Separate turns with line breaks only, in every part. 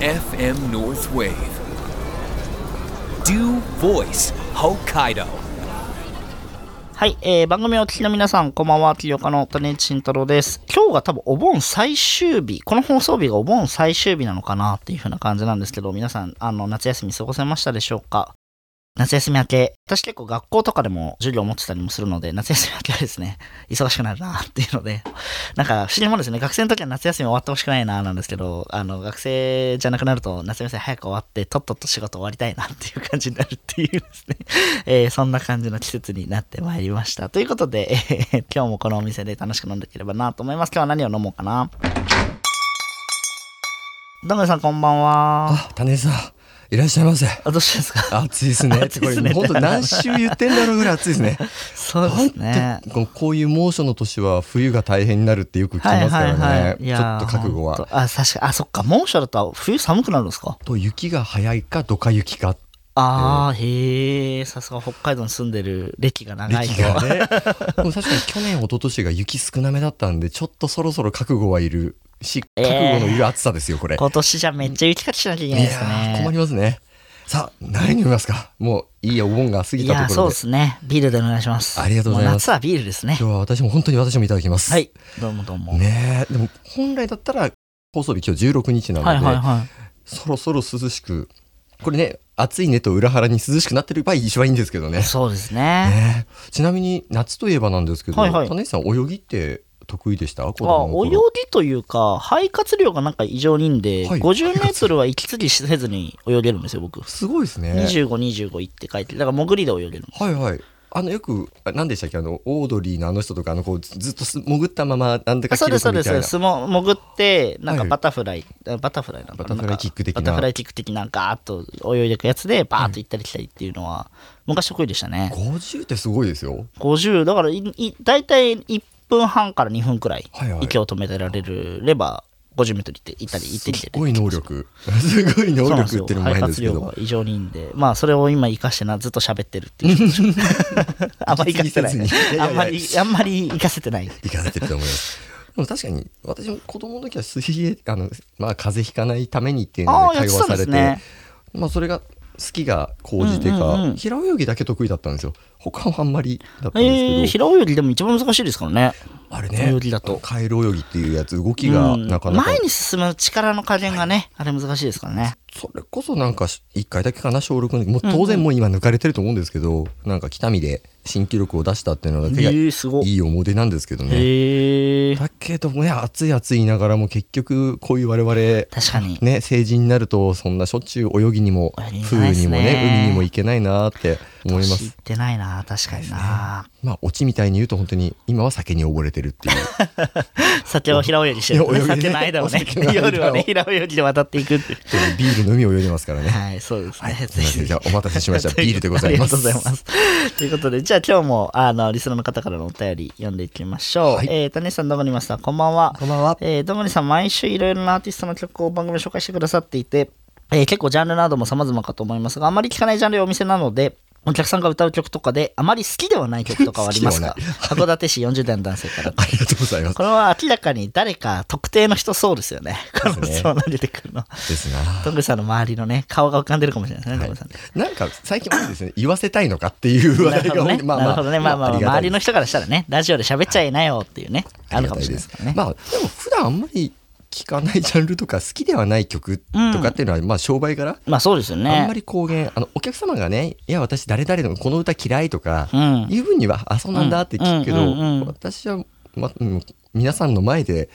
FM North Wave. Do Voice Hokkaido.
はい、えー番組をお聞きの皆さん、こんばんは、起業家の谷内慎太郎です。今日が多分お盆最終日、この放送日がお盆最終日なのかなっていう風な感じなんですけど、皆さん、あの、夏休み過ごせましたでしょうか夏休み明け、私結構学校とかでも授業を持ってたりもするので、夏休み明けはですね、 忙しくなるなっていうので、なんか不思議もんですね、学生の時は夏休み終わってほしくないななんですけど、あの、学生じゃなくなると夏休み早く終わって、とっとと仕事終わりたいなっていう感じになるっていうですね、 えーそんな感じの季節になってまいりました。ということで、えー今日もこのお店で楽しく飲んでいければなと思います。今日は何を飲もうかな。どんぐりさんこんばんは。
あ、種井さん、いらっしゃいませ。
あ、どうしたんですか
暑いですね。
暑いっすね
これ本当何週言ってんだろうぐらい暑いですね。
そうですね。
こうこういう猛暑の年は冬が大変になるってよく聞きますからね。
い
ちょ
やー
っと覚悟
ほん
は。
とあ、確かあ、そっか、猛暑だと冬寒くなるんですか
と雪が早いかどか雪か。
あー、へえ、さすが北海道に住んでる歴が長い
雪がね。 でも確かに去年一昨年が雪少なめだったんで、ちょっとそろそろ覚悟はいるし、
えー
覚悟のいる暑さですよこれ。
今年じゃめっちゃ雪かきしなきゃいけ
い
ない
や
です
ー困
ね。
りますね。さあ何飲みますか。もういいお盆が過ぎ
い
た
や、
とこ
そう
ろ
で
で。
すね。ビールでお願いします。
ありがとうございます
も夏はビールですね。
今日は私も本当に私もいただきます。
はい。どうもどうも。
ねえでも本来だったら放送日今日16日なので、
はいはいはい。
そろそろ涼しくこれね暑いねと裏腹に涼しくなってれば一番いいんですけどね
そうですね。
ねえちなみに夏といえばなんですけど、
はいはい
種井さん泳ぎって得意でした子
あ
供の
泳
頃
ぎというか、肺活量がなんか異常にいいんで、
はい
50メートルは息継ぎせずに泳げるんですよ、僕。
すごいですね
25、25いって書いて、だから潜りで泳げるの。
はいはいあのよくあ何でしたっけあのオードリーのあの人とかあのこうずずっとす潜ったままなんでか
そうです、そう
記録
で
みたい
す。す
な
も潜って、なんか
はい
バタフライ、あバタフライなんだ
バタフライキック的な
バタフライキック的な、ガーッと泳いでいくやつで、バーッと行ったり来たりっていうのは、昔得意でしたね。
50ってすごいですよ
50、だからいい、大体1分半から2分くらい
はいは、い
息を止めてられれば、50メートル行って、行ったり行ってきて
すごい能力 すごい能力っていうの
肺
も変です
活
け
量
ど
が異常にいいんで、まあ、それを今生かしてな、ずっと喋ってるっていう。 あんまり生かしてない。
実にせずにいや
あん
いやいや
まり、あんまり生かせてない。
いかれてると思います。 でも確かに私も子供の時は水泳あの、まあ、風邪ひかないためにっていう
あ
の
ー
で通わさ
やってたんで
れ
すね
て、まあ、それが好きが高じてか、
うんうんうん
平泳ぎだけ得意だったんですよ他はあんまりだったんですけど、
えー、平泳ぎでも一番難しいですからね。
あれね
泳ぎだと
カエル泳ぎっていうやつ動きがなかな
うん
か、
前に進む力の加減がね、あれ難しいですからね。
それこそなんか1回だけかな小6の時もう当然もう今抜かれてると思うんですけど、なんか北見で新記録を出したっていうのだけがい
ー、すご
い思い出なんですけどね。
へえ。
だけどもね暑い暑い言いながらも結局こういう我々
確かに。
ね、成人になるとそんなしょっちゅう泳ぎにも
泳ぎに行か
風
ない
雨
っすね
にもね海にも行けないなって思いま
知っ
す。
てないな、確かにな。
まあオチみたいに言うと本当に今は酒に溺れて るっていう
酒を平泳ぎしてる、
いや泳ぎね
酒の間をね
お酒の、間を
夜はね、平泳ぎで渡っていくっていう。
というビールの海を泳いでますからね。
はい、そうですね。
す
ぜ
い
ひ
ませ
ぜ
ん
ひ
じゃあお待たせし ましたビールでございます。
ありがとうございます。ということで、じゃあ今日も、あの、リスナーの方からのお便り読んでいきましょう。
はい
えー、谷さん、どうもりました。こんばんは。
こんばんは
えー、どうもりさん、毎週いろいろなアーティストの曲を番組で紹介してくださっていて、えー結構ジャンルなども様々かと思いますが、あまり聞かないジャンルやお店なので、お客さんが歌う曲とかで、あまり好きではない曲とかはあります か
好きで
函館市40代の男性から。
ありがとうございます
こ。れは明らかに誰か特定の人そうですよね。こ
す
の
ね
質問が出てくるの。
ですな。
トングさんの周りのね、顔が浮かんでるかもしれないですね、トングさん。
なんか最近はですね言わせたいのかっていう
な
話題
るほ
が
ど
多い
ね。なるほどね。まあまあ、
りがた
周
い
りの人からしたらね、ラジオで喋っちゃいなよっていうね、あるかもしれないですからね。
まあでも普段あんまり聞かないジャンルとか好きではない曲とかっていうのは、まあ商売柄
まあそうですよね。
あんまり公言あのお客様がね「いや私誰々のこの歌嫌い」とか、
うん
いう分には「あそうなんだ」って聞くけど、
うんうんうんうん
私は、ま、うん皆さんの前で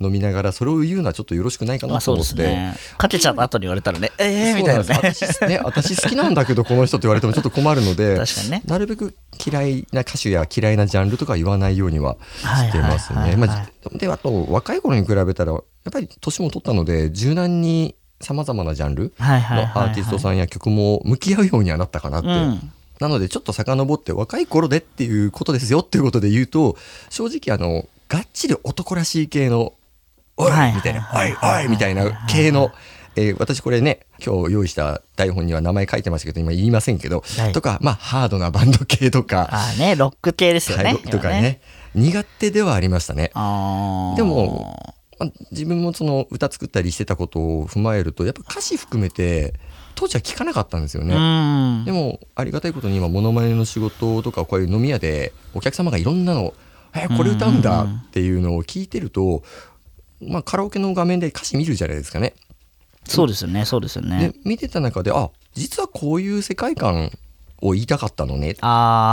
飲みながらそれを言うのはちょっとよろしくないか
ま
な
あ
と
そう
思
で
って。
すね。かけちゃった後に言われたらね、ええー、みたいな
そうなん
ね。
です私ね私好きなんだけどこの人って言われてもちょっと困るので
確かにね
なるべく嫌いな歌手や嫌いなジャンルとか言わないようにはしてます
はい
ね。
はいはいはい
まあじであと若い頃に比べたらやっぱり年も取ったので柔軟にさまざまなジャンル
はいはいはいはい
のアーティストさんや曲も向き合うようにはなったかなって。
うん
なのでちょっと遡って若い頃でっていうことですよっていうことで言うと正直あのがっちり男らしい系の「おい!
はい」
みたいな「おいおい!」みたいな系の、えー私これね今日用意した台本には名前書いてましたけど今言いませんけど、
はい
とかまあハードなバンド系とか
ああね、ロック系ですよ
タイ
ね
ロ。とか
要は
ね苦手ではありましたね。
あー
でもまあ自分もその歌作ったりしてたことを踏まえるとやっぱ歌詞含めて当時は聞かなかったんですよ
う
ね、
ん
でもありがたいことに今モノマネの仕事とかこういう飲み屋でお客様がいろんなの「えこれ歌うんだ」っていうのを聞いてると、まあ、カラオケの画面で歌詞見るじゃないですかね。
そうですよねそうですよね
で見てた中であ実はこういう世界観を言いたかったのね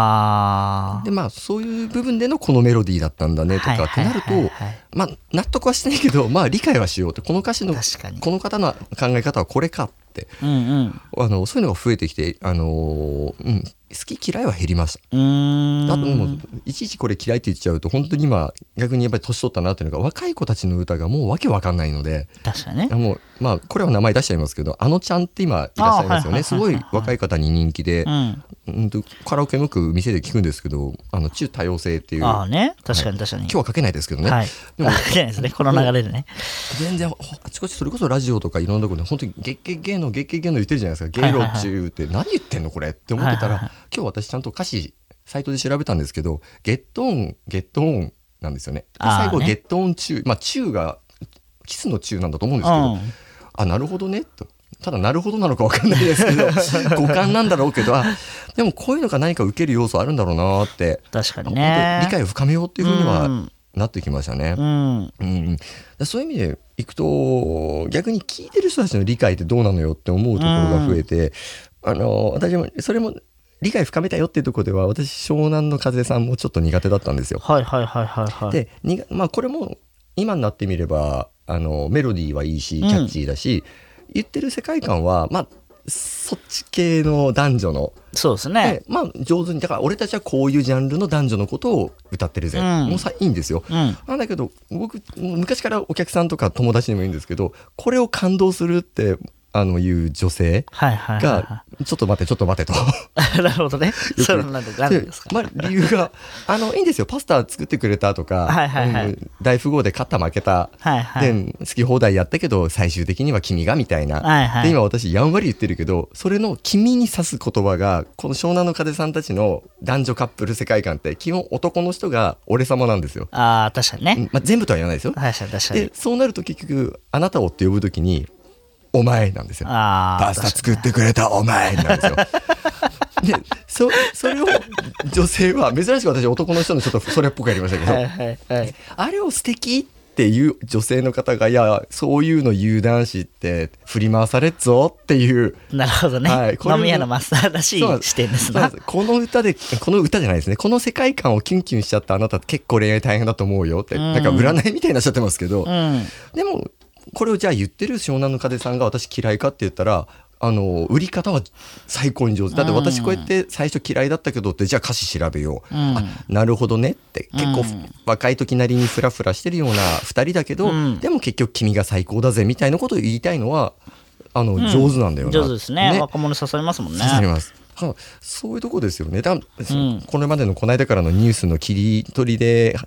あ
でまあそういう部分でのこのメロディーだったんだねと
はい
かっ
は
て
い
な
はい
る
はい
とまあ納得はしてないけどまあ理解はしようってこの歌詞の
確かに
この方の考え方はこれかって
あうんうん
あのそういうのが増えてきて、あのーうん、好き嫌いは減りました。
うーん
あともういちいちこれ嫌いって言っちゃうと本当に今逆にやっぱり年取ったなっていうのが若い子たちの歌がもうわけわかんないので
確かにね
あもうまあこれは名前出しちゃいますけどあのちゃんって今いらっしゃいますよ
あはいはいはいはい
ねすごい若い方に人気で
う、ん
うんとカラオケもよく店で聞くんですけどあの中多様性っていう
ああ
今
ね確かに確かに
日はかけないですけど ね、
はい
でも
あいけないですねこの流れでね
全然ほあちこちそれこそラジオとかいろんなところで本当に「ゲッゲッゲーのゲッゲッゲーの」言ってるじゃないですか「ゲ
は
イ
いはい
ロ
はい
チュー」って何言ってんのこれって思ってたら、
はいはいは
今日私ちゃんと歌詞サイトで調べたんですけど「ゲットオンゲットオン」なんですよね。で
あー
最後「
ね
ゲットオンチュー」まあ「チュー」がキスの「チュー」なんだと思うんですけど、
う
あなるほどねとただなるほどなのか分かんないですけ ど五感なんだろうけどあでもこういうのが何か受ける要素あるんだろうなって
ん確かに
本
ね
当理解を深めようっていうふうに
う
は
ん
なってきましたね
う。ん
うんうんでそういう意味でいくと逆に聞いてる人たちの理解ってどうなのよって思うところが増えて、あの私もそれも理解深めたよっていうところでは私湘南の風さんもちょっと苦手だったんですよ。
はいはいはいはいはい
で、にがまあ、これも今になってみればあのメロディーはいいしキャッチーだし、言ってる世界観は、まあ、そっち系の男女の、
そうですね
でまあ、上手にだから俺たちはこういうジャンルの男女のことを歌ってるぜ、
うん
もうさいいんですよ。
うん
なんだけど僕昔からお客さんとか友達にも言うんですけどこれを感動するってあのいう女性
はいはいはいは
が「ちょっと待てちょっと待 て」と。
いなるほどね
く
そうなんとかあるんですか
まあ、理由があのいいんですよパスタ作ってくれたとか、
はいはいはい
うん大富豪で勝った負けた、
はいはい
で好き放題やったけど最終的には君がみたいな、
はいはい
で今私やんわり言ってるけどそれの君に指す言葉がこの湘南の風さんたちの男女カップル世界観って基本男の人が俺様なんですよ、
ああ確かに
う
ね
んまあ、全部とは言わないですよ、
確かに確かに
でそうなると結局あなたをって呼ぶときに「お前」なんですよ
ああ
パスタ作ってくれたお前なん ですよ。でそそれを女性は珍しく私男の人のちょっとそれっぽくやりましたけど、
はいはいはい
あれを素敵っていう女性の方がいやそういうの有男子って振り回されっぞっていう。
なるほどね、
はいこれも
飲み屋のマスターらしい
そうなん
視点です
そうな
なん
ですこの歌でこの歌じゃないですねこの世界観をキュンキュンしちゃったあなた結構恋愛大変だと思うよって、
うん
なんか占いみたいになっちゃってますけど、
うん
でもこれをじゃあ言ってる湘南の風さんが私嫌いかって言ったらあの売り方は最高に上手だって
うん
私こうやって最初嫌いだったけどってじゃあ歌詞調べよう、
うん
あなるほどねって結構、
うん
若い時なりにフラフラしてるような2人だけど、
うん
でも結局君が最高だぜみたいなことを言いたいのはあの上手なんだよな、
上手ですね若者に刺されますもんね
刺さります。あそういうとこですよね。だ
ん
これまでのこの間からのニュースの切り取りで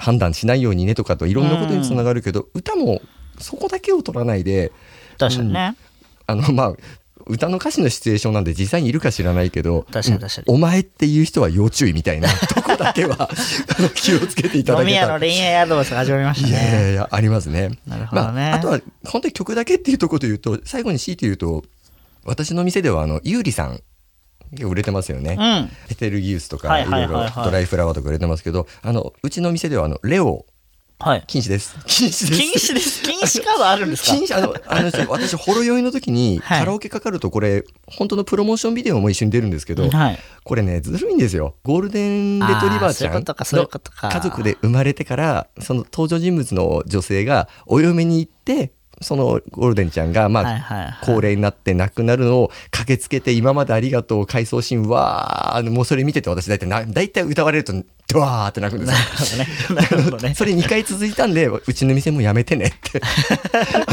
判断しないようにねとかといろんなことにつながるけど、歌もそこだけを取らないで
確かにね、
あのまあ歌の歌詞のシチュエーションなんで実際にいるか知らないけど
確かに確かに
うんお前っていう人は要注意み たいなとこだけはあの気をつけていただ
飲み
けた
屋の
ら。
恋愛アドバイスが始まりました
いやい
ね
やいやありますね。
なるほどね
まあ、あとは本当に曲だけっていうところで言うと最後に強いて言うと私の店ではあのゆうりさん結構売れてますよね。
うん
ペテルギウスとか、
はい
い
はい
ろ
はいいはい
ろドライフラワーとか売れてますけど、あのうちの店ではあのレオ
はい
禁止です。禁止です。
禁止です禁止カードあるんですか
禁止あのあの私ほろ酔いの時に
はい
カラオケかかるとこれ、本当のプロモーションビデオも一緒に出るんですけど、
はい
これねずるいんですよゴールデンレトリバーちゃ
あーそうい
ん
うことかそういうことか
の家族で生まれてからその登場人物の女性がお嫁に行ってそのゴールデンちゃんがまあ、
はいはいはい
高齢になって亡くなるのを駆けつけて「今までありがとう」回想シーンわーもうそれ見てて私大体な大体歌われるとドワーって泣 くんですよ。
なるほどねなるほどね
それ2回続いたんでうちの店もやめてねって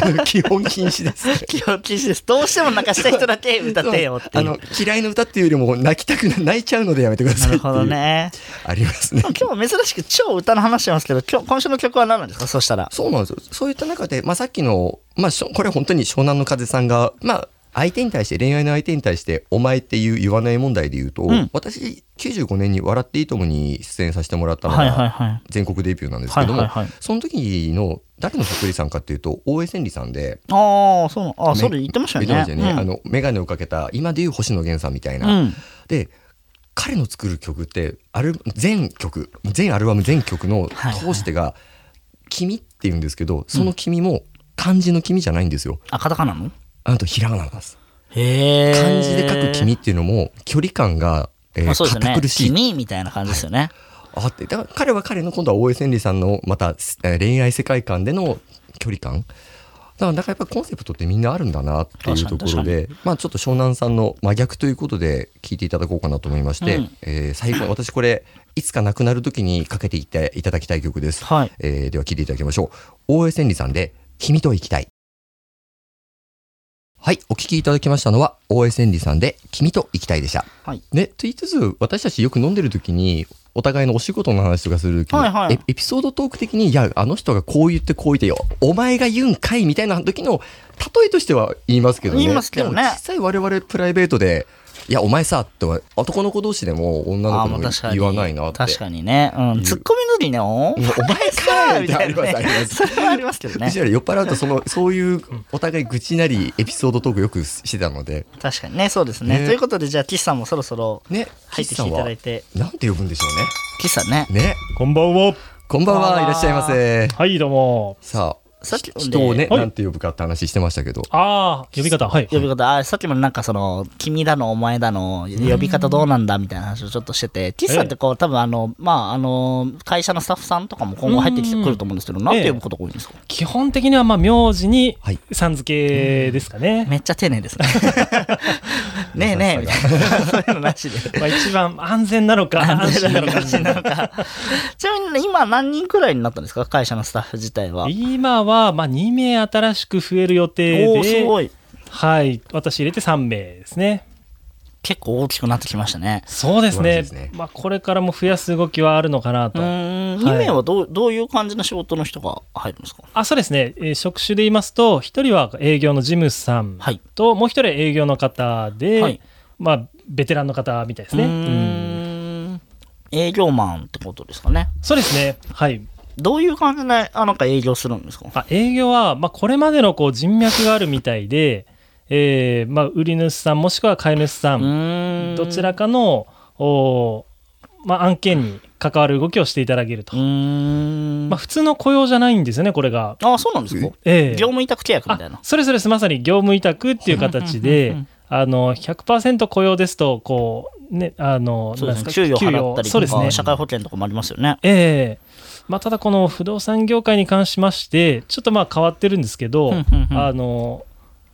あの基本禁止ですね
基本禁止ですどうしても泣かしたい人だけ歌ってよってい
あ
う
の嫌いな歌っていうよりも泣きたくな泣いちゃうのでやめてくだ
な
さい
る
って
ほ
いう
どね
ありますね
今日珍しく超歌の話してますけど今日今週の曲は何なんですかそしたら
そうなんですよそういった中で、まあ、さっきの、まあ、しょこれは本当に湘南の風さんが、まあ、相手に対して恋愛の相手に対してお前っていう言わない問題で言うと、
ん
私95年に「笑っていいとも」に出演させてもらったの
はいはい
が
はい。
全国デビューなんですけど
は
も、
いはいはい
その時の誰のそっくりさんかっていうと大江千里さんで。
ああ、そうなあ、
め
それ言ってましたよね。
言ってましたよね
うん
あの眼鏡をかけた今でいう星野源さんみたいな、
うん
で彼の作る曲ってアル全曲全アルバム全曲の
はいはい
通してが「君」っていうんですけどその「君」も漢字の「君」じゃないんですよ。
あ、カタカナの
あのとひらがななんです。
へえ。
漢字で書く「君」っていうのも距離感が、えー
まあそうですよね
堅。苦しい
君みたいな感じですよね。
あってだから彼は彼の今度は大江千里さんのまたえー恋愛世界観での距離感だからなんかやっぱりコンセプトってみんなあるんだなっていうところで、まあ、ちょっと湘南さんの真逆ということで聞いていただこうかなと思いまして、
うん
えー最後に私これいつか亡くなる時にかけていたいただきたい曲です、
はい
えーでは聴いていただきましょう大江千里さんで「君と行きたい」はいお聴きいただきましたのは大江千里さんで「君と行きたい」でした。
はい。
ね、と言いつつ私たちよく飲んでる時にお互いのお仕事の話とかする時に、
はいはい
エエピソードトーク的に「いやあの人がこう言ってこう言ってよお前が言うんかい」みたいな時の例えとしては言いますけどね
言いますけどね
でも実際我々プライベートで「いやお前さ」とは男の子同士でも女の
あー
子で
ま
も
あ確かに。
言わないなって。
確かにね。うん。ツッコミの時にね、お
もうお前かい
みたいな
ってありますあり
ね。
ま
それはありますけどね
むし。ろ酔っ払うと そのそういうお互い愚痴なりエピソードトークよくしてたので
確かにね、そうですね。
ね
ということで、じゃあ、岸さんもそろそろ
ね
入ってきていただいて。
なんて呼ぶんでしょ
岸さんね
う。ねね
こんばんは。
こんばんはいらっしゃいませ
はい、どうも。
さあ
さっきのね
人をね、
はい
なんて呼ぶかって話してましたけど
ああ、呼び方、はい。
呼び方、あさっきもなんかその、君だの、お前だの、呼び方どうなんだみたいな話をちょっとしてて、岸さんってこう、多分あの、まあ、あの、会社のスタッフさんとかも今後入ってきてくると思うんですけど、なんて呼ぶことが多いんですか
基本的には、まあ、名字に
はい、
さん付けですかね。
めっちゃ丁寧 ですね。ねえねえ、みたいな。そういうのなしで。
まあ、一番安全なのか、安心なのか。
ちなみに今何人くらいになったんですか会社のスタッフ自体は。
今は、まあ、2名新しく増える予定
お
で、
おすごい。
はい、私入れて3名ですね。
結構大きくなってきましたね。
そうですね。
素晴らしいですね
まあ、これからも増やす動きはあるのかな
う
と。
ーん、
はい
2名はどうどういう感じの仕事の人が入るんですか
あそうですね、えー職種で言いますと、一人は営業のジムさん
はい
と、もう一人は営業の方で、
はい
まあ、ベテランの方みたいですね。
う
うん
ーん営業マンってことですかね。
そうですね、はい、
どういう感じであなんか営業するんですか
あ営業は、まあ、これまでのこう人脈があるみたいで、えーまあ、売り主さん、もしくは買い主さ、
うんーん
どちらかの、おーまあ、案件に関わる動きをしていただける
う
と、
ーん、
まあ、普通の雇用じゃないんですよね、これが。
あ、そうなんですか、
ええ
業務委託契約みたいな
あ。それそれですまさに業務委託っていう形であの100%雇用ですとこうねあの
そうですね。
な
給
ん
与
か
払ったり
そう
と
です
か、
ね
社会保険とかもありますよね。
ええまあ、ただこの不動産業界に関しましてちょっとまあ変わってるんですけ
う
ど
んうんうん
あの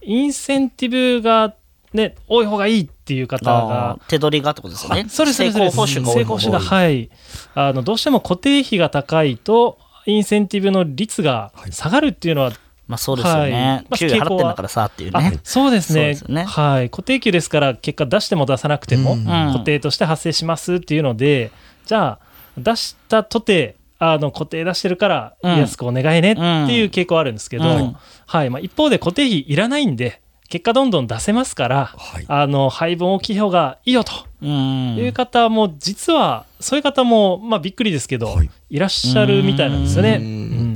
インセンティブがね多い方がいいっていう方
あ
が
ー手取りがってことですよね。
それそれそ
成
れ
功報酬が多
成
い方
功
が
報酬がはいあのどうしても固定費が高いとインセンティブの率が下がるっていうのは
まあそうですよね。
はい
給与払ってんだからさっていう
あ
ね。
そうですね
そうですよね
はい、固定給ですから結果出しても出さなくても
うん
固定として発生しますっていうので、じゃあ出したとてあの固定出してるから
うん
安くお願いねっていう傾向はあるんですけど、
うん
はいまあ、一方で固定費いらないんで結果どんどん出せますから、
はい
あの配分大きい方がいいよと
うん。
いう方も実はそういう方も、まあ、びっくりですけど、
はい
い、らっしゃるみたいなんですよね。
うん
うん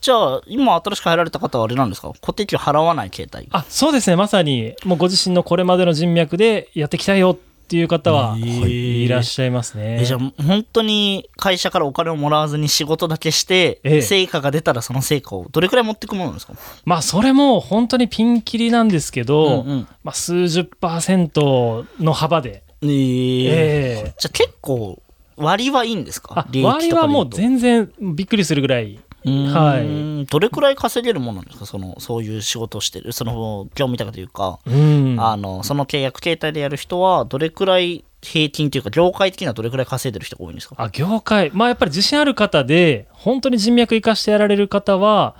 じゃあ、今新しく入られた方はあれなんですか固定給払わない形態。
あそうですねまさにもうご自身のこれまでの人脈でやっていきたいよっていう方ははいいらっしゃいますね。
えじゃあ、本当に会社からお金をもらわずに仕事だけして、
ええ
成果が出たらその成果をどれくらい持っていくものなんですか
まあそれも本当にピンキリなんですけど、
うんうん
まあ、数十パーセントの幅で、
えー
ええ
じゃあ結構、割はいいんですか
あ割はもう全然びっくりするぐらい、はい
い。どれくらい稼げるものなんですかその、そういう仕事をしてる、その、業務委託というか、
うん、
あの、その契約形態でやる人は、どれくらい平均というか、業界的にはどれくらい稼いでる人が多いんですか
あ業界、まあ、やっぱり自信ある方で、本当に人脈生かしてやられる方は、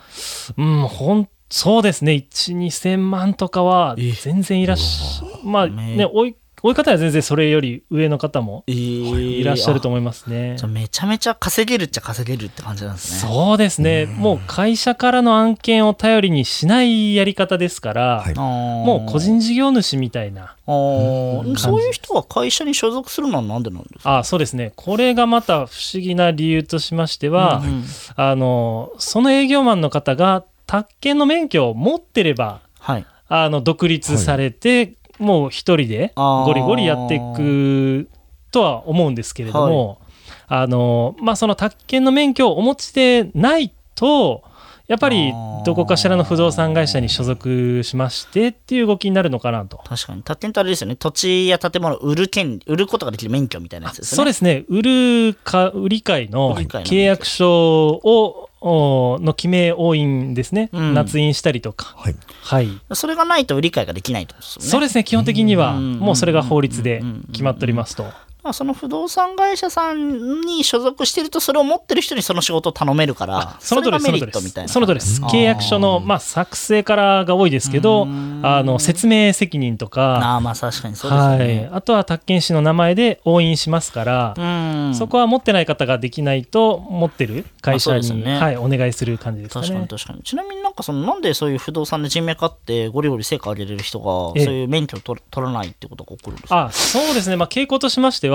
うん、ほんそうですね、1、2000万とかは全然いらっしゃ、まあ
ね
ね、多い多い方は全然それより上の方もいらっしゃると
思
思いますね。
じゃあめちゃめちゃ稼げるっちゃ稼げるって感じなんですね。
そうですね、もう会社からの案件を頼りにしないやり方ですから、
はい
も
も
う個人事業主みたいな、感じ
そういう人は会社に所属するのはなんでなんですか
あそうですね、これがまた不思議な理由としましては、
うんうん
あのその営業マンの方が、宅建の免許を持ってれば、
はい。
あの独立されて、もう一人で
あー
ゴリゴリやっていくとは思うんですけれども、あのまあ、その宅建の免許をお持ちでないとやっぱり
あー
どこかしらの不動産会社に所属しましてっていう動きになるのかなと。
確かに。建てってあれですよね。土地や建物を売る権利、売ることができる免許みたいなやつです
そ
よ
う
ね。
ですね売るか売り買いの
売り買いの
契約書をおの記名押印ですね、
うん
捺印したりとか、
はい。
はい、
それがないと売り買いができないってことです
そ
よ
う
ね。
ですね基本的には
うん
もうそれが法律で決まっておりますと。
まあその不動産会社さんに所属してると、それを持ってる人にその仕事を頼めるから、
その通り
れが
ですそ
メ
の
リ
通り
ッ
で
トみたい
す。
な。
その通りです。契約書の、まあ、作成からが多いですけど、あの、説明責任とか、
ああ、まあ確かにそうですよ
は
ね。
い。あとは、宅建士の名前で応印しますから、
うん、
そこは持ってない方ができないと、持ってる会社
まあそう
に、
ですよね
はい、お願いする感じですかね。
確かに確かにちなみになんかそのなんでそういう不動産で人脈あってゴリゴリ成果上げれる人がそう
ええ
いう免許を取ら取らないってことが起こるんですか
あそうですね、まあ、傾向としましては、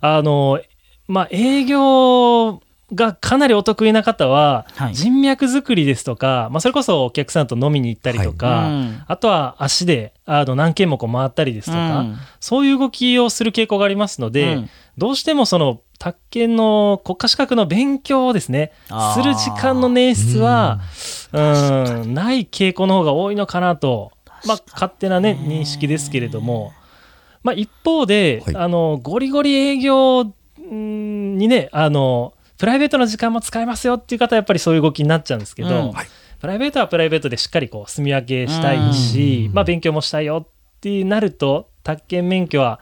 あのまあ、営業がかなりお得意な方は、
はい
人脈作りですとか、まあ、それこそお客さんと飲みに行ったりとか、
はいうん
あとは足であの何軒もこう回ったりですとか、
うん
そういう動きをする傾向がありますので、
うん
どうしてもその宅建の国家資格の勉強をですね
あ
す
ー
る時間の捻出は、うん、ない傾向の方が多いのかなと、まあ、勝手な、ね、認識ですけれども、まあ、一方で、
はい
あのゴリゴリ営業うんにねあのプライベートの時間も使えますよっていう方はやっぱりそういう動きになっちゃうんですけど、
うん
はい
プライベートはプライベートでしっかりこう住み分けしたいし、まあ、勉強もしたいよってなると宅建免許は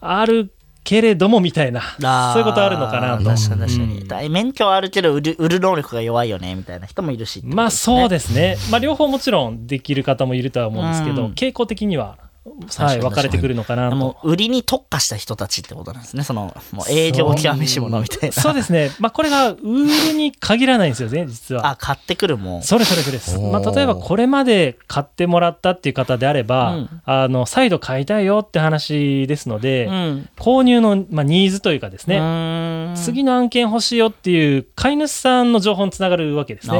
あるけれどもみたいな
あー
そういうことあるのかなと。
確かに確か
う
に
ん
だい免許はあるけど売る売る能力が弱いよねみたいな人もいるしってこと
まあそう
です
ですね、まあ、両方もちろんできる方もいるとは思うんですけど、
うん
傾向的には、
か
はい、
に
分かれてくるのかな
ねで
と。
も売りに特化した人たちってことなんですねそのもう営業を極めし者みたいな
そうですね、まあ、これが売るに限らないんですよね、実は。
あ買ってくるもん
それそれそれです、
お
ま
ー
あ、例えばこれまで買ってもらったっていう方であれば、
うん
あの再度買いたいよって話ですので、
うん
購入の、まあ、ニーズというかですね、
ね
次の案件欲しいよっていう飼い主さんの情報につながるわけですね。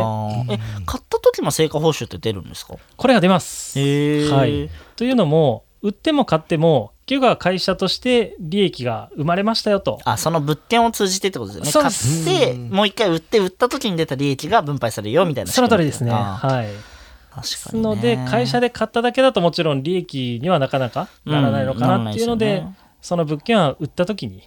え買った時も成果報酬って出るんですか
これが出ます、
へえ
はい、というのも売っても買っても結局は会社として利益が生まれましたよと
あその物件を通じてってことですよね。
そうで
買
す
って、もう一回売って、売った時に出た利益が分配されるよみたいな。
その通りですね。
あー
はい、で
確
す
かにね。
ので会社
で。
で買っただけだともちろん利益にはなかなかならないのかなっていうので,、
うんならないです
その物件は売った時に、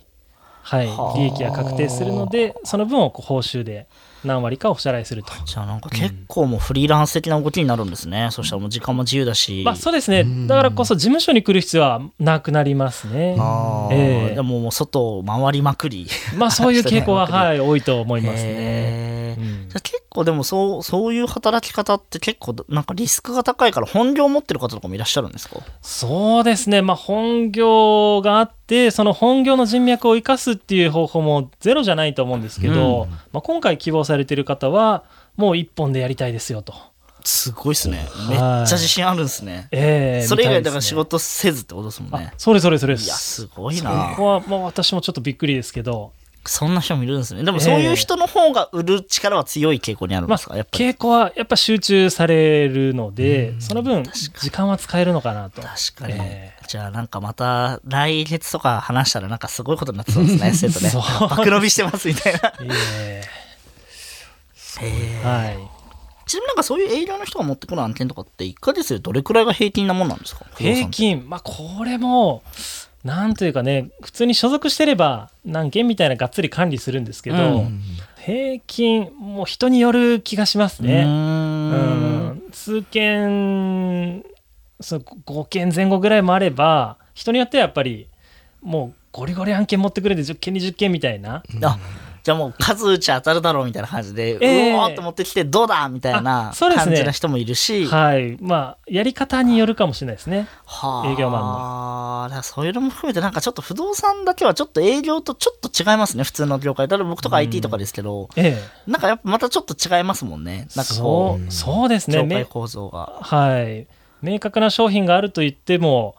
はい
は、あ
利益が確定するのでその分をこう報酬で何割かお支払いすると。
じゃあなんか結構もうフリーランス的な動きになるんですね。そしたらもう時間も自由だし。
まあそうですねだからこそ事務所に来る必要はなくなりますね。
あー
ええ
でももう外を回りまくり。
まあそういう傾向は、
人に会
は
っ
い、多いと思い
て
ますね。
へー
うん
じゃあ結構でもそうそういう働き方って結構なんかリスクが高いから本業持ってる方とかもいらっしゃるんですか
そうですね、まあ、本業があって、その本業の人脈を生かすっていう方法もゼロじゃないと思うんですけど、まあ、今回希望されてる方は、もう一本でやりたいですよと。
すごいっすね
い
めっちゃ自信あるんですね
ええ
それ以外
みた
だか
いで
ら
す
仕
ね
事せずってことですもんね
あそれそれそれで
いや
す。
すごい
こ
な
こは、まあ、私もちょっとびっくりですけど、
そんな人もいるんですね。でもそういう人の方が売る力は強い傾向にあるん
まあ、
ですか、やっぱり。
傾向はやっぱ集中されるので、その分、時間は使えるのかなと。
確かに、
え
じゃあなんかまた来月とか話したらなんかすごいことになってそう ですね、生徒ね
そう。
爆伸びしてますみたいな。
ええ
えー
はい
ちなみになんかそういう営業の人が持ってくる案件とかって1ヶ月でどれくらいが平均なもんなんですか
平均、まあ、これも、なんというかね、普通に所属してれば、何件みたいながっつり管理するんですけど、
うん
平均、もう人による気がします
ね。うー
ね。うん
ん。
数件そう、5件前後ぐらいもあれば、人によってはやっぱり、もうゴリゴリ案件持ってくれて、10件、20件みたいな、
あじゃあもう数打ち当たるだろうみたいな感じで、
ええ
うおーって持ってきてどうだみたいな
あそうです
感
ね
じの人もいるし、
はい。まあ、やり方によるかもしれないですね。
はあ、
営業マン
だからそういうのも含めてなんかちょっと不動産だけはちょっと営業とちょっと違いますね普通の業界だから僕とか IT とかですけど、
ええ。
なんかやっぱまたちょっと違いますもんねなんか
そ
こ
う、そうです
う
ね。
業
め
界構造が
はい。明確な商品があると言っても、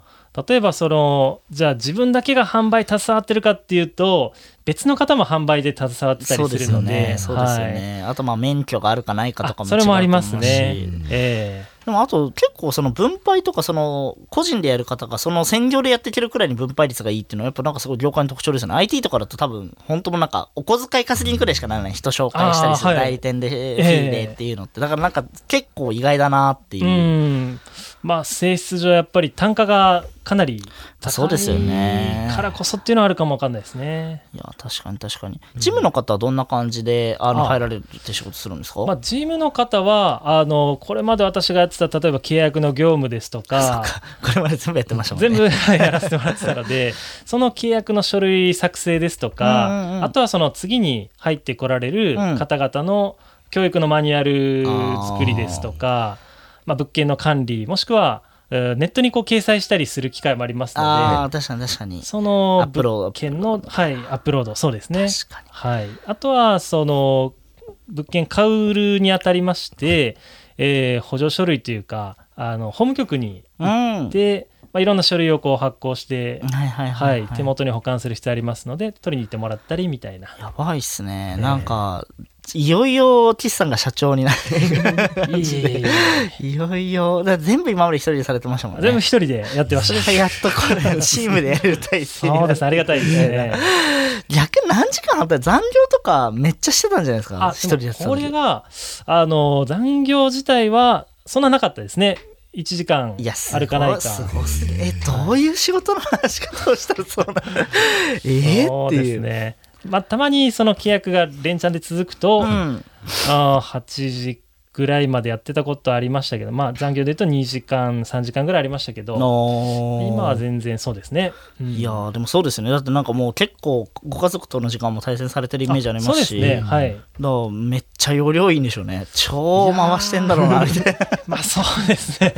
例えばその、じゃあ自分だけが販売携わってるかっていうと、別の方も販売で携わってた
そ
り
う
す
で
る
すよ
の
ね
で、
そうですよ
はい
ね、あとまあ免許があるかないかとか
あ
も
それもあります
違うと
ね
思うし。
え
でもあと結構その分配とかその個人でやる方がその専業でやっていけるくらいに分配率がいいっていうのはやっぱなんかすごい業界の特徴ですよね IT とかだと多分本当もなんかお小遣い稼ぎくらいしかならない人紹介したりす
あーは
る
い
代理店でフィ
え
ーでっていうのってだからなんか結構意外だなって
え
いう、
うん。まあ、性質上やっぱり単価がかなり
そ
高
うですよね
いからこそっていうのはあるかもわかんないですね。
いや確かに確かにジムの方はどんな感じであの
あ
入られて仕事するんですか
まあ、ジムの方はあのこれまで私がやってた例えば契約の業務ですとか
これまで全部やってましたもんね
全部はいやらせてもらってたの でその契約の書類作成ですとか、
うんうんうん
あとはその次に入ってこられる
うん
方々の教育のマニュアル作りですとかまあ、物件の管理もしくはえーネットにこう掲載したりする機会もあります
ああ
ので
確かに確かに
その
アップロード
物件の、はい、アップロードそうですね。
確かに
はい、あとはその物件買うるにあたりまして、えー補助書類というかあの法務局に
うんは
行っ
い
て、まあ、いろんな書類をこう発行して、
はいはい、
はい手元に保管する必要ありますので取りに行ってもらったりみたいな
やばいっすね。なんか、いよいよ、岸さんが社長になる。
いえいえ いえ
いよいよ、だから全部今まで一人でされてましたもんね。
全部一人でやってま
それ
し
が
た
やっとこれ、チームでやる体制にな
そう
る
ですありがたいですね
逆に何時間あったら残業とかめっちゃしてたんじゃないですか
あ
一人でやってた
でもこ
時
れがあの残業自体はそんななかったですね1時間
いや、す
あ
ご
る
い、
かないか
すごいすぎえ、どういう仕事の話し方をしたらそうなる えーっ
そう
て
で
い
す
う。
ね。まあ、たまにその規約が連チャンで続くと、
う
あ
ん。
あー8時ぐらいまでやってたことありましたけど、まあ、残業で言うと2時間3時間ぐらいありましたけど
の
今は全然そうですね。うん
いやーでもそうですよね。だってなんかもう結構ご家族との時間も対戦されてるイメージありま
そう
す
で
し。
すね、はい
だからめっちゃ容量いいんでしょうね超回してんだろうなみ たいな
まあそうです ね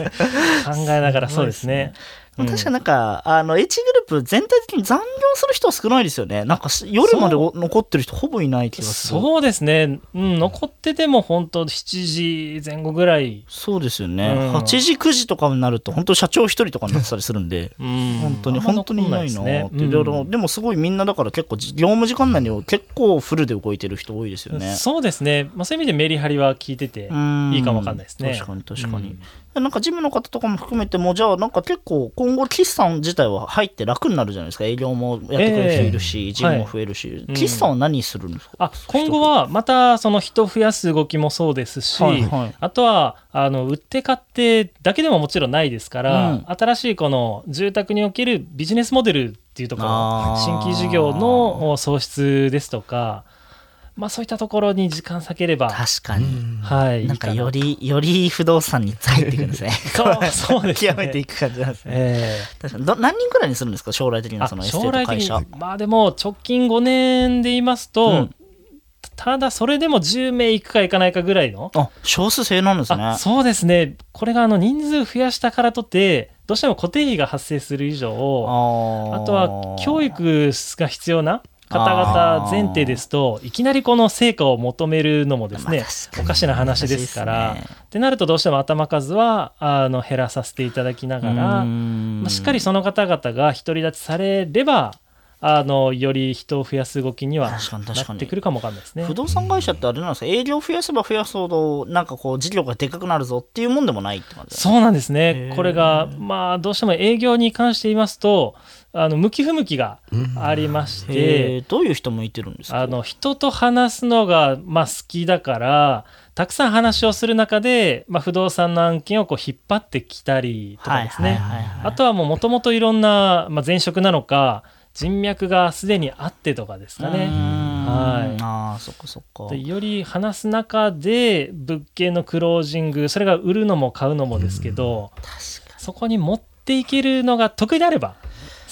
考えながらそうですね。うん
確かなんか、あの H グループ全体的に残業する人は少ないですよねなんかし夜までお残ってる人ほぼいない気がするそう
そうですね、うん、残ってても本当7時前後ぐらい、
ですよね、
うん
8時9時とかになると本当社長一人とかになってたりするんで
うん
本当に
あんま
本当にいないなっ
残ん
て
ですね
であの
うん
でもすごいみんなだから結構じ業務時間内に結構フルで動いてる人多いですよね
そうですね、まあ、そういう意味でメリハリは効いてて、
うん
いいかもわかんないですね。
確かに確かに、なんかジムの方とかも含めてもじゃあなんか結構今後岸さん自体は入って楽になるじゃないですか営業もやってくれる人いるし、ジムも増えるし、
うん
岸さんは何するんですか、
あ今後はまたその人増やす動きもそうですし、
はいはい
あとはあの売って買ってだけでももちろんないですから、
うん
新しいこの住宅におけるビジネスモデルっていうとこ
あ
ろ
ー
新規事業の創出ですとか、まあ、そういったところに時間割ければ、
確かに、
はい、
なんか
いい
よりより不動産に入っていくんです ね
そうそうですね
極めていく感じなんですね、
ええ
確かにど何人くらいにするんですか将来的な
あ
そのエステ
将
ー
来
ト
的
会
に
社
まあでも直近5年で言いますと、
うん
ただそれでも10名いくかいかないかぐらいの
あ少数制なんですね
あそうですね、これがあの人数増やしたからとって、どうしても固定費が発生する以上、
あ
あとは教育が必要な方々前提ですと、いきなりこの成果を求めるのもですね、
まあ確かに
おかしな話ですから、
難しいですね
ってなると、どうしても頭数はあの減らさせていただきながら、まあしっかりその方々が独り立ちされれば、あのより人を増やす動きには
確かに確か
な
に
ってくるかもわかんないですね
不。動産会社ってあれなんですか営業増やせば増やすほどなんかこう事業がでかくなるぞっていうもんでもないって感じ
そうなんです
へ
ね
ー、
これが、まあ、どうしても営業に関して言いますと、あの向き不向きがありまし
へ
て、
ーどういう人向いてるんですか
あの人と話すのが、まあ、好きだから、たくさん話をする中で、まあ、不動産の案件をこう引っ張ってきたりとかですね、
はいはいはいはい
あとはもう、もともといろんな、まあ、前職なのか、人脈がすでにあってとかですか
うーん
ね。はい
ああそっかそっか
でより話す中で物件のクロージングそれが売るのも買うのもですけど、
確か
そこに持っていけるのが得意であれば、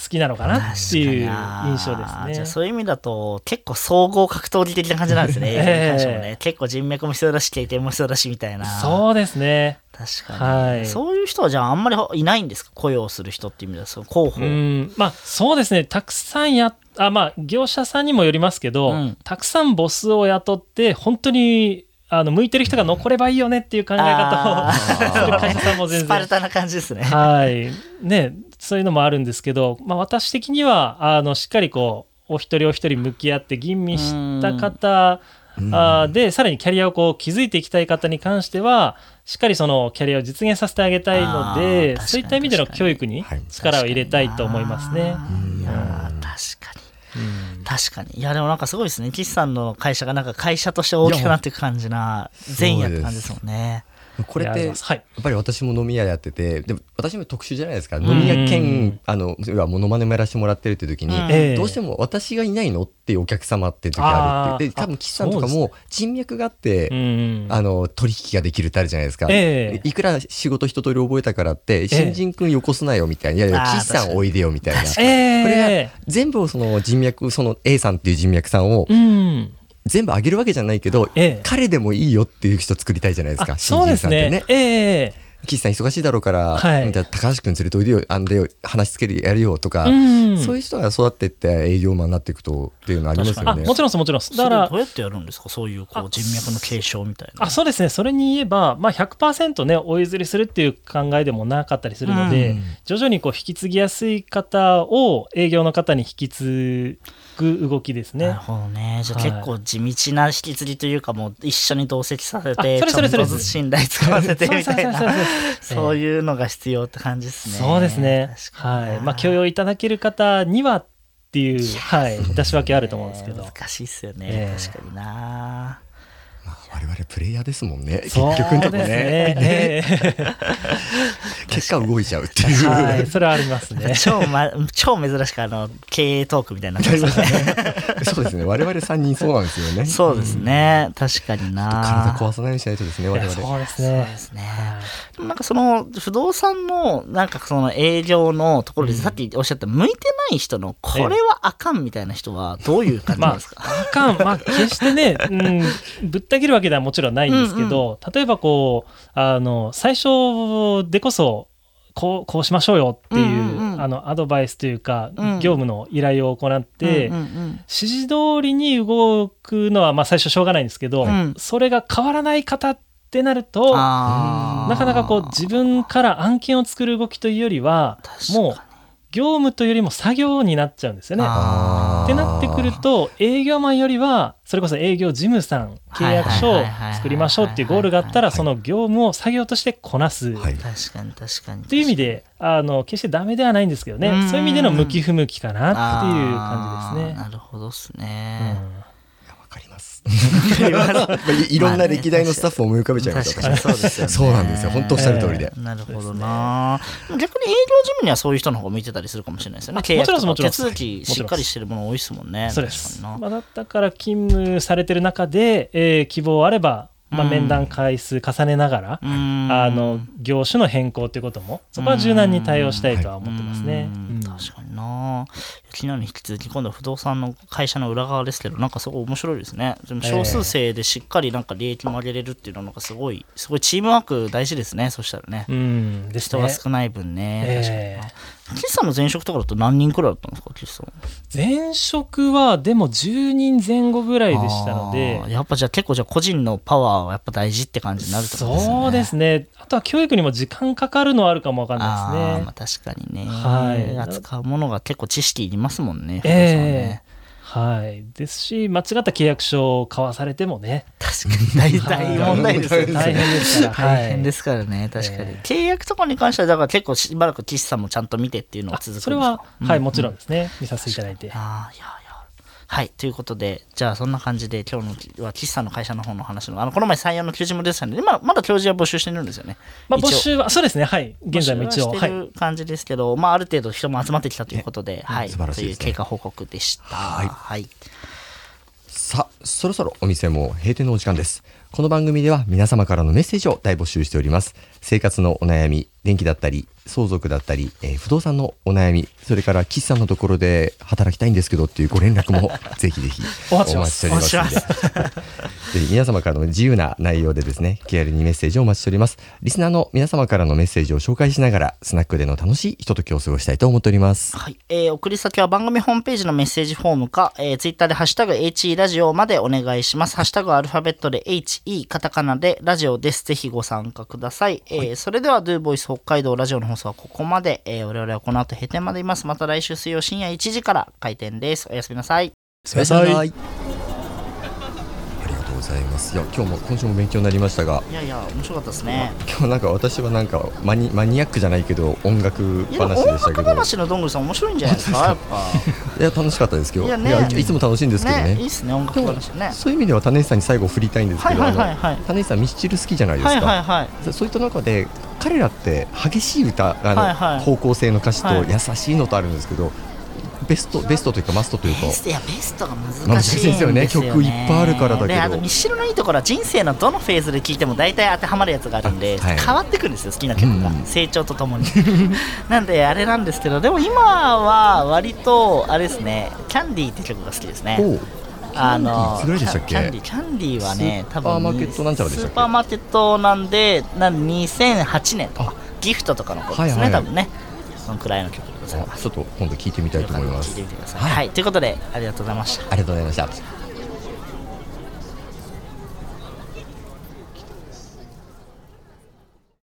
好きなのかなっていう印象
あー
で
じ
す
ゃあ
ね。、
そういう意味だと結構総合格闘技的な感じなんですね映 画に関しても
え
ね
え
結構人脈も必要だし経験も必要だしみたいな
そうですね。
確かに、
はい
そういう人はじゃああんまりいないんですか雇用する人っていう意味ではその候補、
うんまあそうですねたくさんやあまあ業者さんにもよりますけど、
うん
たくさんボスを雇って本当にあの向いてる人が残ればいいよねっていう考え方
あー
を する会社さんも全
スパル
然
タな感じですね、
はいねそういうのもあるんですけど、まあ、私的にはあのしっかりこうお一人お一人向き合って吟味した方あーでさらにキャリアをこう築いていきたい方に関してはしっかりそのキャリアを実現させてあげたいの
あー確
で
かに
そういった意味での教育に
はい
力を入れたいと思いますね。
いやー確かに。確かにいやでもなんかすごいですね岸さんの会社がなんか会社として大きくなっていく感じな前夜って感じですもんね
これっ
あり
て
がとうございますはい
やっぱり私も飲み屋やっててでも私も特殊じゃないですか飲み屋兼あの要はモノマネもやらせてもらってるって時に、
ええ
どうしても私がいないのっていうお客様っていう時あるっていうで
あー
多分岸さんとか
あそう
も人脈があって、
うん
あの取引ができるってあるじゃないですか、
ええ
いくら仕事一通り覚えたからって、新人君よこすなよみたいないやいや
あー
岸さんおいでよみたいな
確
え
これ
え
が全部をその人脈その A さんっていう人脈さんを
うん
全部あげるわけじゃないけど、
ええ
彼でもいいよっていう人作りたいじゃないですか
あ
新
そうで
人
す
さんってね
ね。。ええ
岸さん忙しいだろうから、
はい
じゃあ高橋君連れておいでよあんでよ話つけてやるよとか、
うん
そういう人が育ってって営業マンになっていくとっていうのはありますよ
あ
ね。
もちろんですもちろんです
だ
だか
から
ら
どうやってやるんですかそういうこう人脈の継承みたいな
あそうですねそれに言えば、まあ、100%ねお譲りするっていう考えでもなかったりするので、
うん
徐々にこう引き継ぎやすい方を営業の方に引き継ぐ動きです
な
ね
る。ほどねじゃあ
はい
結構地道な引き継ぎというかもう一緒に同席させて
あそれ
ち
そ
ょ
れ
っ
そ
と
れ
ずつ信頼使わせてみたい
そうそうそう
な
そう
そういうのが必要って感じですね
そうですね。
確かに
はい。まあ、許容いただける方にはっていう、はい、出し分けあると思うんですけど。
難しいっすよね
ええ
確かにな
我々プレイヤーですもんね結
そう
局のとこ
で
ね
すね。
結果動いちゃうってい
ええ
う、
はい、それはあります ね。
超ま超珍しくあの経営トークみた いになってますね
そうですね我々3人そうなんですよね。
そうですね。確かにな。
体壊さないようにしないとですね
い
我
や
々。
そうです
そう
ね
で。すね。でもなんかその不動産のなんかその営業のところでさっきおっしゃった向いてない人のこれはあかんみたいな人はどういう感じなん
ま
ですか、
あ、あかん、まあ、決してね、うん、ぶった切るわけではもちろんないんですけど、例えばこう、あの、最初でこそ、こう、こうしましょうよってい
う
う、
んうんうん
あの、アドバイスというか、
うん
業務の依頼を行って、
うんうん
指示通りに動くのはまあ最初しょうがないんですけど、
うん
それが変わらない方ってなる
う
と
ん、
な
あー
かなかこう自分から案件を作る動きというよりは
確かに
もう業務というよりも作業になっちゃうんですよね。
あー
ってなってくると営業マンよりはそれこそ営業事務さん契約書
はいはいはいは
を
いはい
作りましょうっていうゴールがあっ
は
た
い
らその業務を作業としてこなす。
はい
確かに確かに。
という意味であの決してダメではないんですけどね
うん
そういう意味での向き不向きかなっていう
あー、
感じですね。
なるほどですね。
うん
いやわかります。 いいろんな歴代のスタッフを思い浮かべちゃいました。
確かにそうですよね
そうなんですよ。本当おっしゃる通りで。
なるほどな、逆に営業事務にはそういう人の方が見てたりするかもしれないですよね
あ
契約とか
もちろん
手
ですもちろん
続
で
き
す
しっかりしてるもの多いですもんね
そうです、
確か
ま
にな
あ、だったから勤務されてる中で、えー希望あれば、ま
う
あ、
ん
面談回数重ねながら、
うん
あの業種の変更ということもそこは柔軟に対応したいとは思ってますね。
うん
うん
確かにな昨日に引き続き今度は不動産の会社の裏側ですけどなんかすごい面白いですねでも少数制でしっかりなんか利益も上げれるっていうのはなんかすごいすごいチームワーク大事ですねそしたらね、
うんです
人
ね
が少ない分ね、
ええ
確かにな岸さんの前職とかだと何人くらいだったんですか岸さん
前職はでも10人前後ぐらいでしたので
あーやっぱじゃあ結構じゃあ個人のパワーはやっぱ大事って感じになるってことですよね
そうですねあとは教育にも時間かかるのはあるかもわかん
あ
ない
ー
です
まあ。
ね
確かにね、
はい
扱うものが結構知識いりますもんね,不動産は
え
ね、
えはい、ですし間違った契約書を交わされてもね
確かに大大問題ですよね
大変ですからはい
大変ですからね確かに、
え
契約とかに関してはだから結構しばらく岸さんもちゃんと見てっていうのを
あ
続くんですか
それは、
うん
はいもちろんですね見させていただいて
ああ、いやいや。はい、ということで、じゃあそんな感じで、今日のは岸さんの会社の方の話の、あのこの前採用の求人も出てたんで、今まだ教授は募集してるんですよね。
まあ、募
一応
集は、そうですね、はい、現在も一
募集は
応、は
して
い。
る感じですけど、まあ、ある程度人も集まってきたということで、はい、
素晴らしいですね
という経過報告でした。
はい
はい
さあそろそろお店も閉店のお時間ですこの番組では皆様からのメッセージを大募集しております生活のお悩み電気だったり相続だったり、えー不動産のお悩み、それから岸さんのところで働きたいんですけどっていうご連絡 もぜひぜひ
お
お
待
待
ちしてま
ち
す
しておりますので。 ぜひ皆様からの自由な内容でですね、気軽にメッセージをお待ちしております。リスナーの皆様からのメッセージを紹介しながら、スナックでの楽しいひとときを過ごしたいと思っております。
はい。えー送り先は番組ホームページのメッセージフォームか、えー、ツイッターでハッシュタグ HE ラジオまでお願いします。ハッシュタグはアルファベットで HE カタカナでラジオです。ぜひご参加ください。えーそれでは、ドゥーボイス北海道ラジオの放送はここまで。えー我々はこの後閉店までいます。また来週水曜深夜1時から開店です。おやすみなさい。
おやすみなさい
ありがとうございます。いや、今日も今週も勉強になりましたが、
いやいや、面白かったですね。
今日なんか私はなんかマニマニアックじゃないけど音楽
いや、で
話
も
で
音
したけ
楽
ど、
話のどんぐりさん面白いんじゃないですか、やっぱ。
いや楽しかったですけど、
いやね
いつも楽しいんですけどね。
いいっすね、音楽話ね。
そういう意味では種石さんに最後振りたいんですけど、
はいはいはいはい
あの種石さんミスチル好きじゃないですか。
はいはいはい。
そそういった中で彼らって激しい歌あの、
はいはい
方向性の歌詞と
はい
優しいのとあるんですけど、ベストベストというかマストというか
ベストいやベストが難
難
し
し
い
い
ん
ん
で
ですす
よ
よ
ね
ね曲いっぱいあるからだけど
であとミシルのいいところは人生のどのフェーズで聴いても大体当てはまるやつがあるんで、
あはい
変わってくるんですよ好きな曲が、
うんうん
成長とともに なんであれなんですけどでも今は割とあれですね「キャンディー」って曲が好きですね
おう
あの
キャンディーいつぐらいでしたっけ
キャンディーキャンディーはね
ス
多分
ーパーマーケットなんちゃらでしたっけ
スーパーマーケットなんでなん2008年とか
あ
ギフトとかのことですね、
はいは
多
い
分ねそのくらいの曲でございま
あ
す
ちょっと今度聞いてみたいと思いま
よかったら聞いて
す
みてください、はい、ということでありがとうございました
ありがとうございました